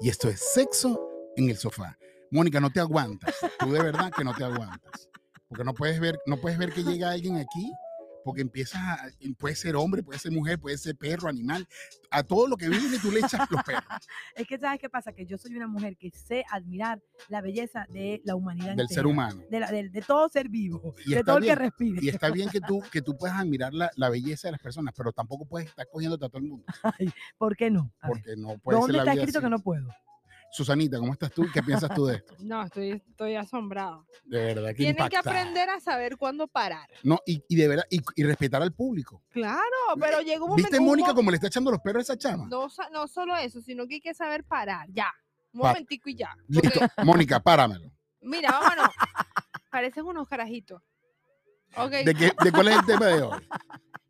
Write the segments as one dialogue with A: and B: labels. A: Y esto es sexo en el sofá. Mónica, no te aguantas. Tú de verdad que no te aguantas. Porque no puedes ver, no puedes ver que llega alguien aquí, porque empiezas a, puede ser hombre, puede ser mujer, puede ser perro, animal. A todo lo que viene tú le echas los perros.
B: Es que sabes qué pasa, que yo soy una mujer que sé admirar la belleza de la humanidad.
A: Del ser
B: entera,
A: humano.
B: De, la- del- de todo ser vivo,
A: Y
B: de
A: está
B: todo el
A: bien,
B: que respire.
A: Y está bien que tú, que tú puedas admirar la, la belleza de las personas, pero tampoco puedes estar cogiéndote a todo el mundo,
B: ¿Por qué no? A ver,
A: porque no puede ser
B: ¿Dónde
A: la
B: está
A: vida
B: escrito
A: así.
B: que no puedo?
A: Susanita, ¿cómo estás tú? ¿Qué piensas tú de esto?
C: No, estoy, estoy asombrada.
A: De verdad, que
C: Tienen que
A: impactada.
C: aprender a saber cuándo parar.
A: No, y, y de verdad, y, y respetar al público.
C: Claro, pero llegó un momento.
A: ¿Viste,
C: un
A: Mónica,
C: mo-
A: cómo le está echando los perros a esa chama?
C: no, sa- no solo eso, sino que hay que saber parar. Ya. Un
A: Pa-
C: momentico y ya. Porque,
A: Listo, Mónica, páramelo.
C: mira, vámonos. Pareces unos carajitos. Ok.
A: ¿De, qué- de cuál es el tema de hoy?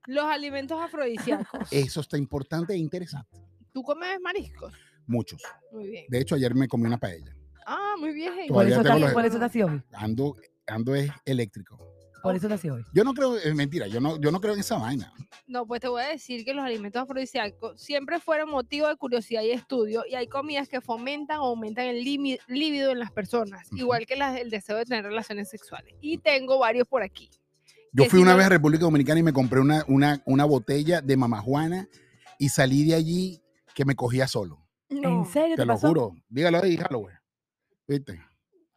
C: Los alimentos afrodisíacos.
A: Eso está importante e interesante.
C: ¿Tú comes mariscos?
A: Muchos.
C: Muy bien.
A: De hecho, ayer me comí una paella.
C: Ah, muy bien.
B: Por
A: Todavía
B: eso,
A: tengo
B: está,
A: los-
B: por eso está así hoy.
A: Ando, ando es eléctrico.
B: Por eso está así hoy.
A: Yo no creo, es mentira, yo no, yo no creo en esa vaina.
C: No, pues te voy a decir que los alimentos afrodisíacos siempre fueron motivo de curiosidad y estudio y hay comidas que fomentan o aumentan el limi- líbido en las personas,
A: Ujú.
C: igual que las- el deseo de tener relaciones sexuales. Y tengo varios por aquí.
A: Yo
C: Que
A: fui
C: si
A: una
C: no-
A: vez a República Dominicana y me compré una, una, una botella de mamajuana y salí de allí que me cogía solo.
B: ¿En serio te,
A: Te lo
B: pasó?
A: juro. Dígalo ahí, Halloween. ¿Viste?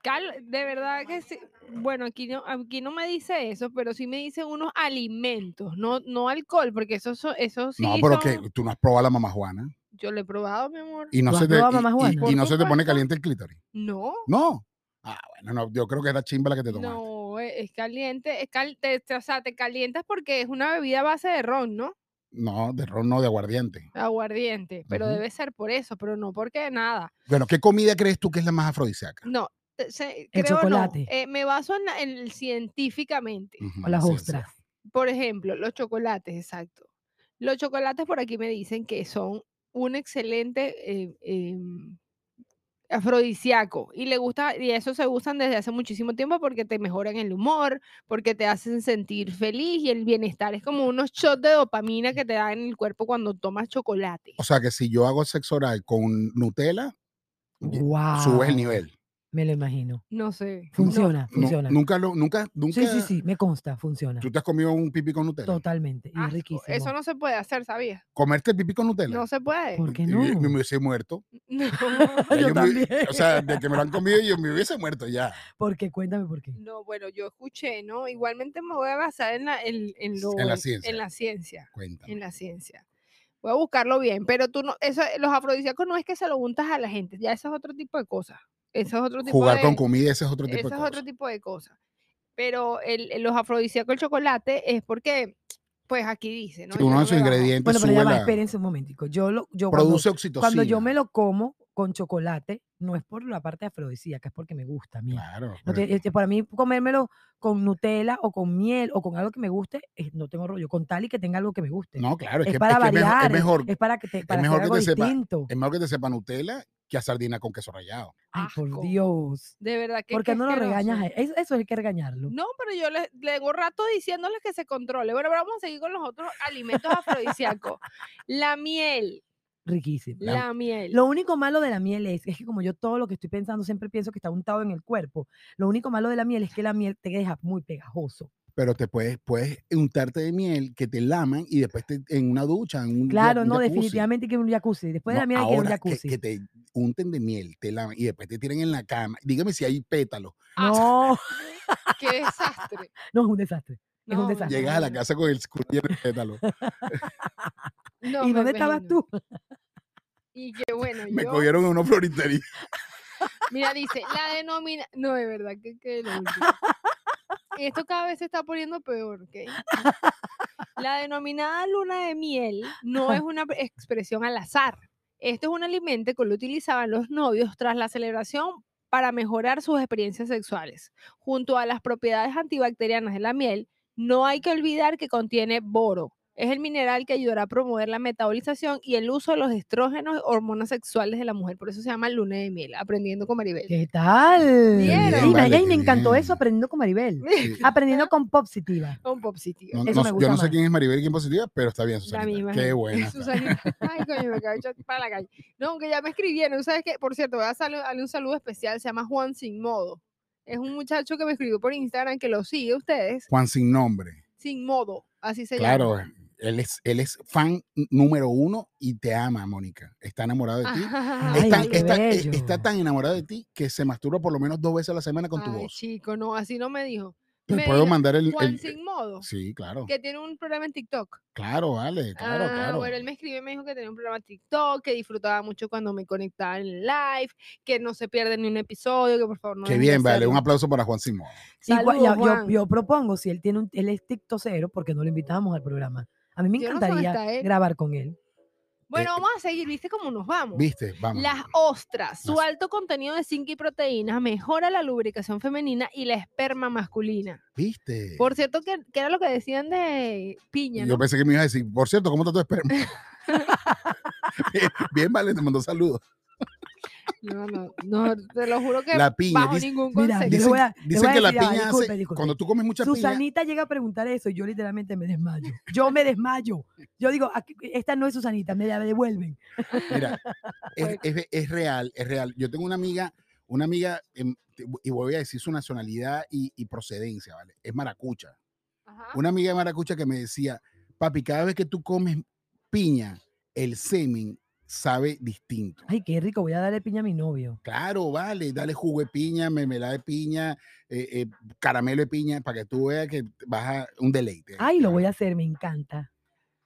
C: Cal- de verdad que sí. Bueno, aquí no, aquí no me dice eso, pero sí me dice unos alimentos, no, no alcohol, porque esos son, esos sí
A: no, pero
C: son-
A: que tú no has probado la mamajuana
C: yo lo he probado, mi amor.
A: y no
B: ¿Tú
A: se
B: has
A: te,
B: probado
A: y- y-
B: mamajuana?
A: y no se te pone
C: Por
A: caliente el clítoris.
C: No,
A: No. Ah, bueno, no, yo creo que era chimba la que te tomaste.
C: no, e- es caliente, es cal- te- te- o sea, te calientas porque es una bebida a base de ron, ¿no?
A: No, de ron, no, de aguardiente.
C: Aguardiente, pero
A: Ujú.
C: debe ser por eso, pero no porque nada.
A: Bueno, ¿qué comida crees tú que es la más afrodisíaca?
C: No, te- se-
B: El
C: creo no,
B: chocolate. Mm.
C: eh, me baso en, la- en el científicamente.
A: Ujú,
B: O las
A: sí, sí.
B: ostras.
C: Por ejemplo, los chocolates, exacto. Los chocolates por aquí me dicen que son un excelente eh, em, afrodisíaco y le gusta y eso se usan desde hace muchísimo tiempo porque te mejoran el humor, porque te hacen sentir feliz y el bienestar es como unos shots de dopamina que te dan en el cuerpo cuando tomas chocolate.
A: O sea que si yo hago sexo oral con Nutella, Ye-
B: Wow.
A: subes el nivel.
B: Me lo imagino.
C: No sé. no-
B: Funciona,
A: Nu-
B: funciona.
A: nunca lo, nunca, nunca.
B: sí, sí, sí, me consta, funciona.
A: ¿Tú te has comido un pipí con Nutella?
B: Totalmente. Y es
C: asco,
B: riquísimo.
C: Eso no se puede hacer, ¿sabías?
A: ¿Comerte el pipí con Nutella?
C: No se puede.
B: ¿Por qué
A: Y- y-
B: no?
A: y Me, hubiese muerto.
C: No,
A: Ya
B: Yo
A: me-
B: también.
A: o sea, de que me lo han comido, yo me hubiese muerto ya.
B: ¿Por qué? Cuéntame por qué.
C: no, bueno, yo escuché, ¿no? Igualmente me voy a basar en la, en, en lo-
A: la
C: en-
A: ciencia.
C: En la ciencia.
A: Cuéntame.
C: En la ciencia. Voy a buscarlo bien, pero tú no, eso, los afrodisíacos no es que se lo untas a la gente, ya eso es otro tipo de cosas. Eso es otro tipo
A: Jugar
C: de,
A: con comida, ese es otro tipo
C: eso
A: de
C: es
A: cosa.
C: otro tipo de cosas. Pero el, el- los afrodisíacos, el chocolate, es porque, pues aquí dice, ¿no?
A: Sí,
C: Yo
A: uno
C: no
A: de sus
C: me bajo.
A: ingredientes
B: Bueno, pero
A: sube
B: ya va,
A: la-
B: espérense un momentico. Yo lo, yo cuando-
A: produce oxitocina.
B: cuando yo me lo como con chocolate, no es por la parte afrodisíaca, es porque me gusta a mí.
A: Claro.
B: No
A: por
B: te-
A: eso.
B: este, para mí, comérmelo con Nutella o con miel o con algo que me guste, eh, no tengo rollo. Con tal y que tenga algo que me guste.
A: No, claro, es,
B: es,
A: que,
B: para
A: es que es mejor- es
B: variar.
A: mejor,
B: es para que te, para
A: mejor
B: hacer
A: que
B: algo
A: te sepa-
B: distinto.
A: es mejor que te sepa Nutella que a sardina con queso rallado.
B: Ay,
C: asco.
B: por Dios.
C: De verdad que.
B: ¿Por qué no lo
C: asqueroso.
B: regañas? a él? Eso, eso hay que regañarlo.
A: Mm.
C: No, pero yo le, le tengo rato diciéndoles que se controle. Bueno, pero vamos a seguir con los otros alimentos afrodisíacos. La miel,
B: Riquísimo.
A: La-
C: la, miel.
B: Lo único malo de la miel es, es que como yo todo lo que estoy pensando siempre pienso que está untado en el cuerpo, lo único malo de la miel es que la miel te deja muy pegajoso.
A: Pero te puedes, puedes untarte de miel que te laman y después te- en una ducha, en un ya-
B: Claro,
A: un
B: no,
A: jacuzzi.
B: definitivamente que un jacuzzi. Después de
A: No,
B: la miel hay que ir a un
A: ahora
B: jacuzzi.
A: Que, te unten de miel, te laman y después te tiran en la cama. Dígame si hay pétalos.
C: Ah,
B: No,
C: ¡Qué desastre!
B: no, es un desastre. un
C: No, me
B: desastre.
A: Llegas a la
C: imagino.
A: casa con el culo lleno de pétalos.
C: No,
B: ¿Y
C: me
B: dónde estabas
C: imagino.
B: tú?
C: Y que bueno,
A: Me
C: yo-
A: cogieron en una floritería.
C: Mira, dice, la denomina... No, de verdad, que, que lo último. Esto cada vez se está poniendo peor, ¿ok? La denominada luna de miel no es una pre- expresión al azar. Esto es un alimento que lo utilizaban los novios tras la celebración para mejorar sus experiencias sexuales. Junto a las propiedades antibacterianas de la miel, no hay que olvidar que contiene boro, Es el mineral que ayudará a promover la metabolización y el uso de los estrógenos, hormonas sexuales de la mujer. Por eso se llama luna de miel, aprendiendo con Maribel.
B: ¿Qué tal?
C: Bien,
B: Sí,
A: vale,
B: Nayeli,
A: qué
B: me encantó
A: bien.
B: eso, aprendiendo con Maribel.
A: Sí.
B: Aprendiendo con Popsitiva.
C: Con Popsitiva.
A: No-
B: Ah,
A: no-
B: eso me
A: yo
B: gusta
A: no sé
B: más.
A: quién es Maribel y quién positiva, pero está bien, Susanita.
C: misma
A: Qué
C: gente.
A: buena. está.
C: Susanita, ay, coño, me acabo de echar para la calle. No, aunque ya me escribieron, ¿sabes qué? Por cierto, voy a salu- darle un saludo especial, se llama Juan Sin Modo. Es un muchacho que me escribió por Instagram que lo sigue a ustedes,
A: Juan sin nombre.
C: Sin Modo, así se llama.
A: Claro, él es, él es fan n- número uno y te ama, Mónica. Está enamorado de ti.
C: Ajá,
B: Ay,
A: Está,
B: qué
A: está- e-
B: bello.
A: está tan enamorado de ti que se masturba por lo menos dos veces a la semana con tu
C: Ay,
A: voz.
C: chico, no, así no me dijo.
A: Te
C: me
A: puedo
C: dijo,
A: mandar el.
C: Juan
A: el-
C: Sin Modo,
A: sí, claro.
C: que tiene un programa en TikTok.
A: Claro, vale, claro,
C: ah,
A: claro.
C: bueno, él me escribió y me dijo que tenía un programa en TikTok, que disfrutaba mucho cuando me conectaba en live, que no se pierde ni un episodio, que por favor no
A: Qué
C: dejen de
A: bien, vale. Un
C: hacerlo.
A: aplauso para Juan Simón.
B: Igual,
C: Saludos,
B: ya- yo-
C: Juan.
B: yo, propongo, si él tiene un, él es tiktocero, porque no lo invitábamos al programa. A mí me
C: Yo no sé dónde
B: encantaría
C: está él.
B: grabar con él. Eh,
C: Bueno, vamos a seguir, ¿viste cómo nos vamos?
A: ¿Viste? Vamos.
C: Las ostras, su
A: Las-
C: alto contenido de zinc y proteínas mejora la lubricación femenina y la esperma masculina.
A: ¿Viste?
C: Por cierto, que, que era lo que decían de piña,
A: Yo
C: ¿no?
A: pensé que me ibas a decir, por cierto, ¿cómo está tu esperma? Bien, bien, vale, te mandó saludos.
C: No, no, no, te lo juro que
A: La piña.
C: bajo
A: dice-
C: ningún
B: Mira,
C: concepto.
B: yo le
A: dicen
B: voy a- le
A: dicen
B: voy a
A: que la
B: decir, ah,
A: piña hace.
B: disculpe, disculpe.
A: Cuando tú comes mucha piña.
B: Susanita llega a preguntar eso y yo literalmente me desmayo. Yo me desmayo. Yo digo, "Aquí- esta no es Susanita, me la devuelven.
A: Mira, es,
C: Bueno.
A: es ve- es real, es real. Yo tengo una amiga, una amiga, em, te vo- y voy a decir su nacionalidad y, y procedencia, ¿vale? Es maracucha.
B: Ah.
C: Ajá.
A: Una amiga de maracucha que me decía, papi, cada vez que tú comes piña, el semen sabe distinto.
B: Ay, qué rico, voy a darle piña a mi novio.
A: Claro, vale, dale jugo de piña, mermelada de piña, eh, eh, caramelo de piña, para que tú veas que vas a un deleite.
B: Ay, lo voy a hacer, me encanta.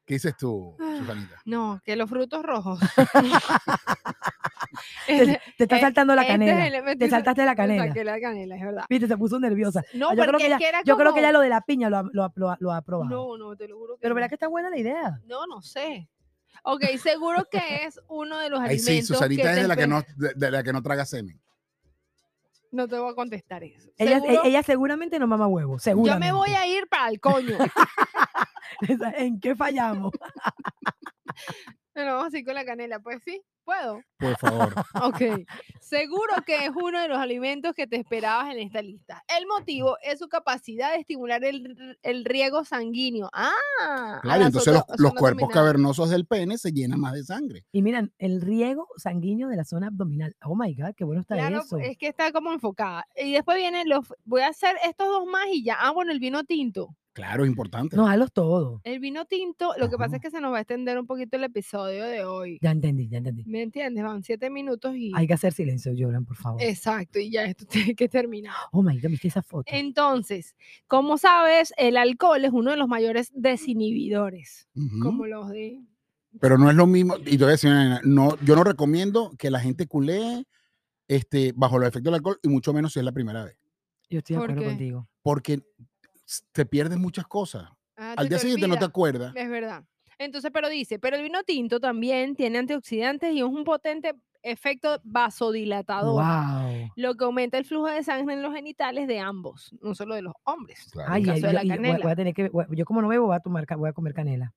A: ¿Qué dices tú,
C: Ah.
A: Susanita?
C: No, que los frutos rojos.
B: Te, te está
C: eh,
B: saltando la
C: Este es
B: canela.
C: el- me-
B: Te saltaste la
C: me
B: canela.
C: saqué la canela, es verdad.
B: Viste, se puso nerviosa.
C: No,
B: Ah, yo creo
C: porque
B: que
C: es
B: ya,
C: que era
B: yo creo que ya
C: como-
B: lo de la piña lo ha, lo ha- lo ha- lo ha probado.
C: No, no, te lo juro que
B: Pero verá
C: no.
B: que está buena la idea.
C: No, no sé. Ok, seguro que es uno de los
A: Ay,
C: alimentos.
A: sí, Susanita
C: que
A: es
C: te
A: de la, que
C: espe-
A: no, de, de la que no traga semen.
C: No te voy a contestar eso.
B: Ella, e-
C: Seguro-
B: ella seguramente no mama huevo,
C: yo
B: seguramente.
C: me voy a ir para el coño.
B: ¿En qué fallamos?
C: No, no, así con la canela. Pues sí, puedo.
A: Por favor.
C: Ok. Seguro que es uno de los alimentos que te esperabas en esta lista. El motivo es su capacidad de estimular el, r- el riego sanguíneo. Ah. a
A: Claro, y
C: la
A: entonces los,
C: soto-
A: los
C: zona
A: cuerpos
C: abdominal.
A: cavernosos del pene se llenan más de sangre.
B: Y miran, el riego sanguíneo de la zona abdominal. Oh my God, qué bueno está
C: Claro, pues,
B: eso.
C: es que está como enfocada. Y después vienen los. Voy a hacer estos dos más y ya. Ah, bueno, el vino tinto.
A: Claro, importante.
B: No, halos todo.
C: El vino tinto, lo que pasa
A: Ajá.
C: es que se nos va a extender un poquito el episodio de hoy.
B: Ya entendí, ya entendí.
C: ¿Me entiendes? Van siete minutos y...
B: Hay que hacer silencio, Yolan, por favor.
C: Exacto, y ya esto tiene que terminar.
B: Oh my God, viste esa foto.
C: Entonces, como sabes, el alcohol es uno de los mayores desinhibidores,
A: Ujú.
C: como los de...
A: Pero no es lo mismo. Y te voy a decir una vaina, no, yo no recomiendo que la gente culee este, bajo los efectos del alcohol y mucho menos si es la primera vez.
B: Yo estoy de
C: ¿por
B: acuerdo
C: qué?
B: contigo.
A: Porque s- te pierdes muchas cosas.
C: Ah,
A: Al
C: se
A: día siguiente no te
C: olvida.
A: acuerdas.
C: Es verdad. Entonces, pero dice, pero el vino tinto también tiene antioxidantes y es un potente efecto vasodilatador,
B: Wow.
C: lo que aumenta el flujo de sangre en los genitales de ambos, no solo de los hombres.
A: Claro,
B: Ay,
C: caso
B: ay,
C: de
B: yo-
C: la
B: y voy- voy,
C: canela.
B: a tener que, voy- yo como no bebo, voy a tomar, ca- voy a comer canela.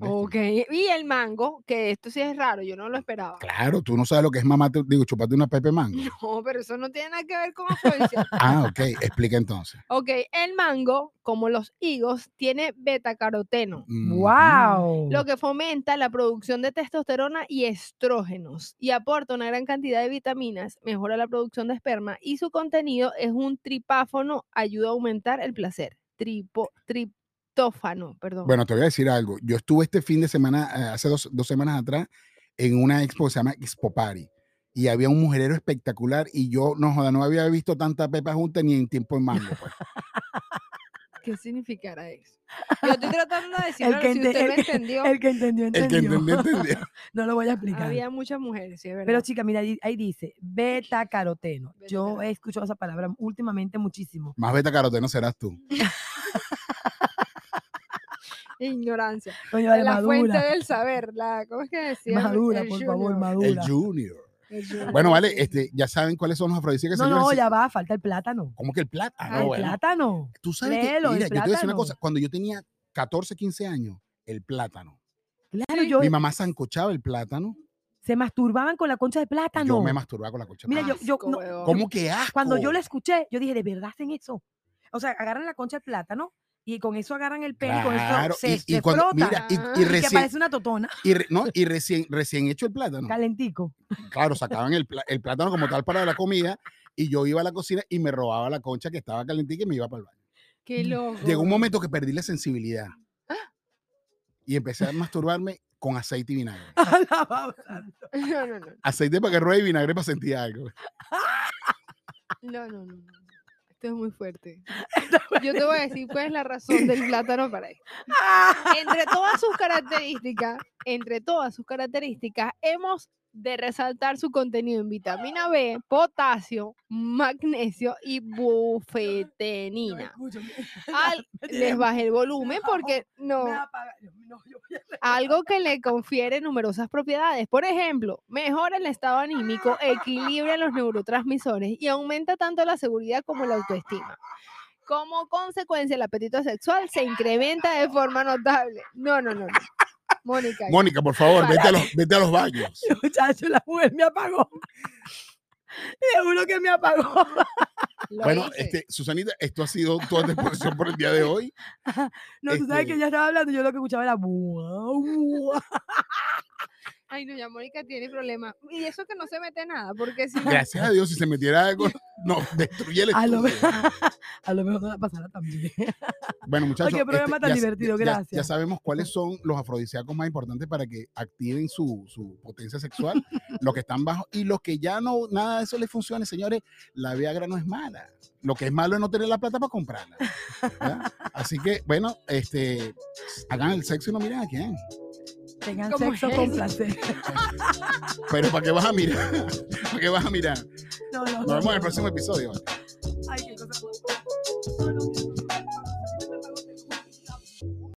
A: ¿ves tú?
C: Ok, y el mango, que esto sí es raro, yo no lo esperaba.
A: Claro, tú no sabes lo que es mamá, digo, chupate una pepe mango.
C: No, pero eso no tiene nada que ver con afrodisíaco.
A: Ah, ok, explica entonces.
C: ok, el mango, como los higos, tiene betacaroteno,
A: Ujú.
B: Wow.
C: Mm. lo que fomenta la producción de testosterona y estrógenos y aporta una gran cantidad de vitaminas, mejora la producción de esperma y su contenido es un tripáfano, ayuda a aumentar el placer. Tripo, triptófano, perdón.
A: Bueno, te voy a decir algo. Yo estuve este fin de semana, eh, hace dos, dos semanas atrás, en una expo que se llama Expo Party. Y había un mujerero espectacular y yo, no joda, no había visto tanta pepa junta ni en tiempo en mango. pues.
C: ¿Qué significará eso? Yo estoy tratando de decir,
B: que
C: si
B: ente-
C: usted
B: el
C: lo
B: que-
C: entendió.
B: El que entendió,
A: El que
B: entendió.
A: entendió, entendió.
B: no lo voy a explicar.
C: Había muchas mujeres, sí, es verdad.
B: Pero chica, mira, di- ahí dice beta caroteno. Yo
C: Betacaroteno.
B: he escuchado esa palabra últimamente muchísimo.
A: Más beta caroteno serás tú.
C: Ignorancia.
B: Doña Vale,
C: la fuente
B: madura,
C: del saber. La, ¿Cómo es que decía?
B: madura, por favor,
A: El
B: madura.
A: junior.
C: El junior,
A: Bueno, vale,
C: sí, sí.
A: este, ya saben cuáles son los afrodisíacos.
B: No,
A: señores,
B: no,
A: sí.
B: ya va, falta el plátano.
A: ¿Cómo que el plátano?
C: Ah,
B: el
A: bueno.
B: plátano.
A: Tú sabes que,
B: Léelo, el
A: mira, yo te voy a decir una
B: plátano.
A: cosa. Cuando yo tenía 14, 15 años, el plátano.
B: Claro,
C: Sí.
B: yo
A: Mi mamá sancochaba el plátano.
B: se masturbaban con la concha de plátano.
A: Yo me masturbaba con la concha. de
B: Mira, yo-
A: plátano.
C: Asco,
B: no,
C: huevón.
A: ¿Cómo que asco?
B: Cuando yo la escuché, yo dije, ¿de verdad hacen eso? O sea, agarran la concha de plátano y con eso agarran el pelo y con
A: Claro,
B: eso se,
A: y, y
B: se
A: cuando-
B: frota,
A: mira, y-
C: Ah.
A: y,
C: Y
B: que
A: recién,
B: parece una totona,
A: y re- no, y recién, recién hecho el plátano.
B: calentico.
A: Claro, sacaban el, pla- el plátano como tal para la comida y yo iba a la cocina y me robaba la concha que estaba calentita y me iba para el baño.
C: Qué loco.
A: Llegó un momento que perdí la sensibilidad
B: Ah.
A: y empecé a masturbarme con aceite y vinagre.
B: A la babsa.
C: No, no, no.
A: Aceite para que ruede y vinagre para sentir algo.
C: No, no, no. no. Esto es muy fuerte. Yo te voy a decir cuál es la razón del plátano para esto. Entre todas sus características, entre todas sus características, hemos de resaltar su contenido en vitamina B, potasio, magnesio y bufetenina. Al- les bajé el volumen porque no, algo que le confiere numerosas propiedades. Por ejemplo, mejora el estado anímico, equilibra los neurotransmisores y aumenta tanto la seguridad como la autoestima. Como consecuencia, el apetito sexual se incrementa de forma notable. No, no, no. no. Mónica. ya.
A: Mónica, por favor, vete a los, vete a los baños.
B: Muchacho, la mujer me apagó. Le juro que me apagó.
C: Lo
A: Bueno,
C: hice.
A: este, Susanita, esto ha sido toda tu exposición por el día de hoy.
B: No, tú sabes
A: Este-
B: que ella estaba hablando, yo lo que escuchaba era "Bua, bua".
C: Ay, no, ya Mónica tiene problema. Y eso que no se mete nada, porque si no-
A: Gracias a Dios, si se metiera algo, no, destruye el
B: A lo,
A: estudio.
B: mejor, a lo mejor no la pasará también.
A: Bueno, muchachos.
B: qué programa tan
A: ya-
B: divertido,
A: ya- Ya,
B: gracias.
A: sabemos cuáles son los afrodisíacos más importantes para que activen su, su potencia sexual, los que están bajos y los que ya no, nada de eso les funcione, señores. La Viagra no es mala. Lo que es malo es no tener la plata para comprarla. ¿verdad? Así que, bueno, este, hagan el sexo y no miren a quién.
B: Tengan
C: ¿Cómo
B: sexo
C: es
B: con
C: eso?
B: placer.
A: Pero ¿para qué vas a mirar? ¿Para qué vas a mirar?
B: No, no,
A: Nos vemos en el próximo episodio.
B: Ay, qué cosa. No, no.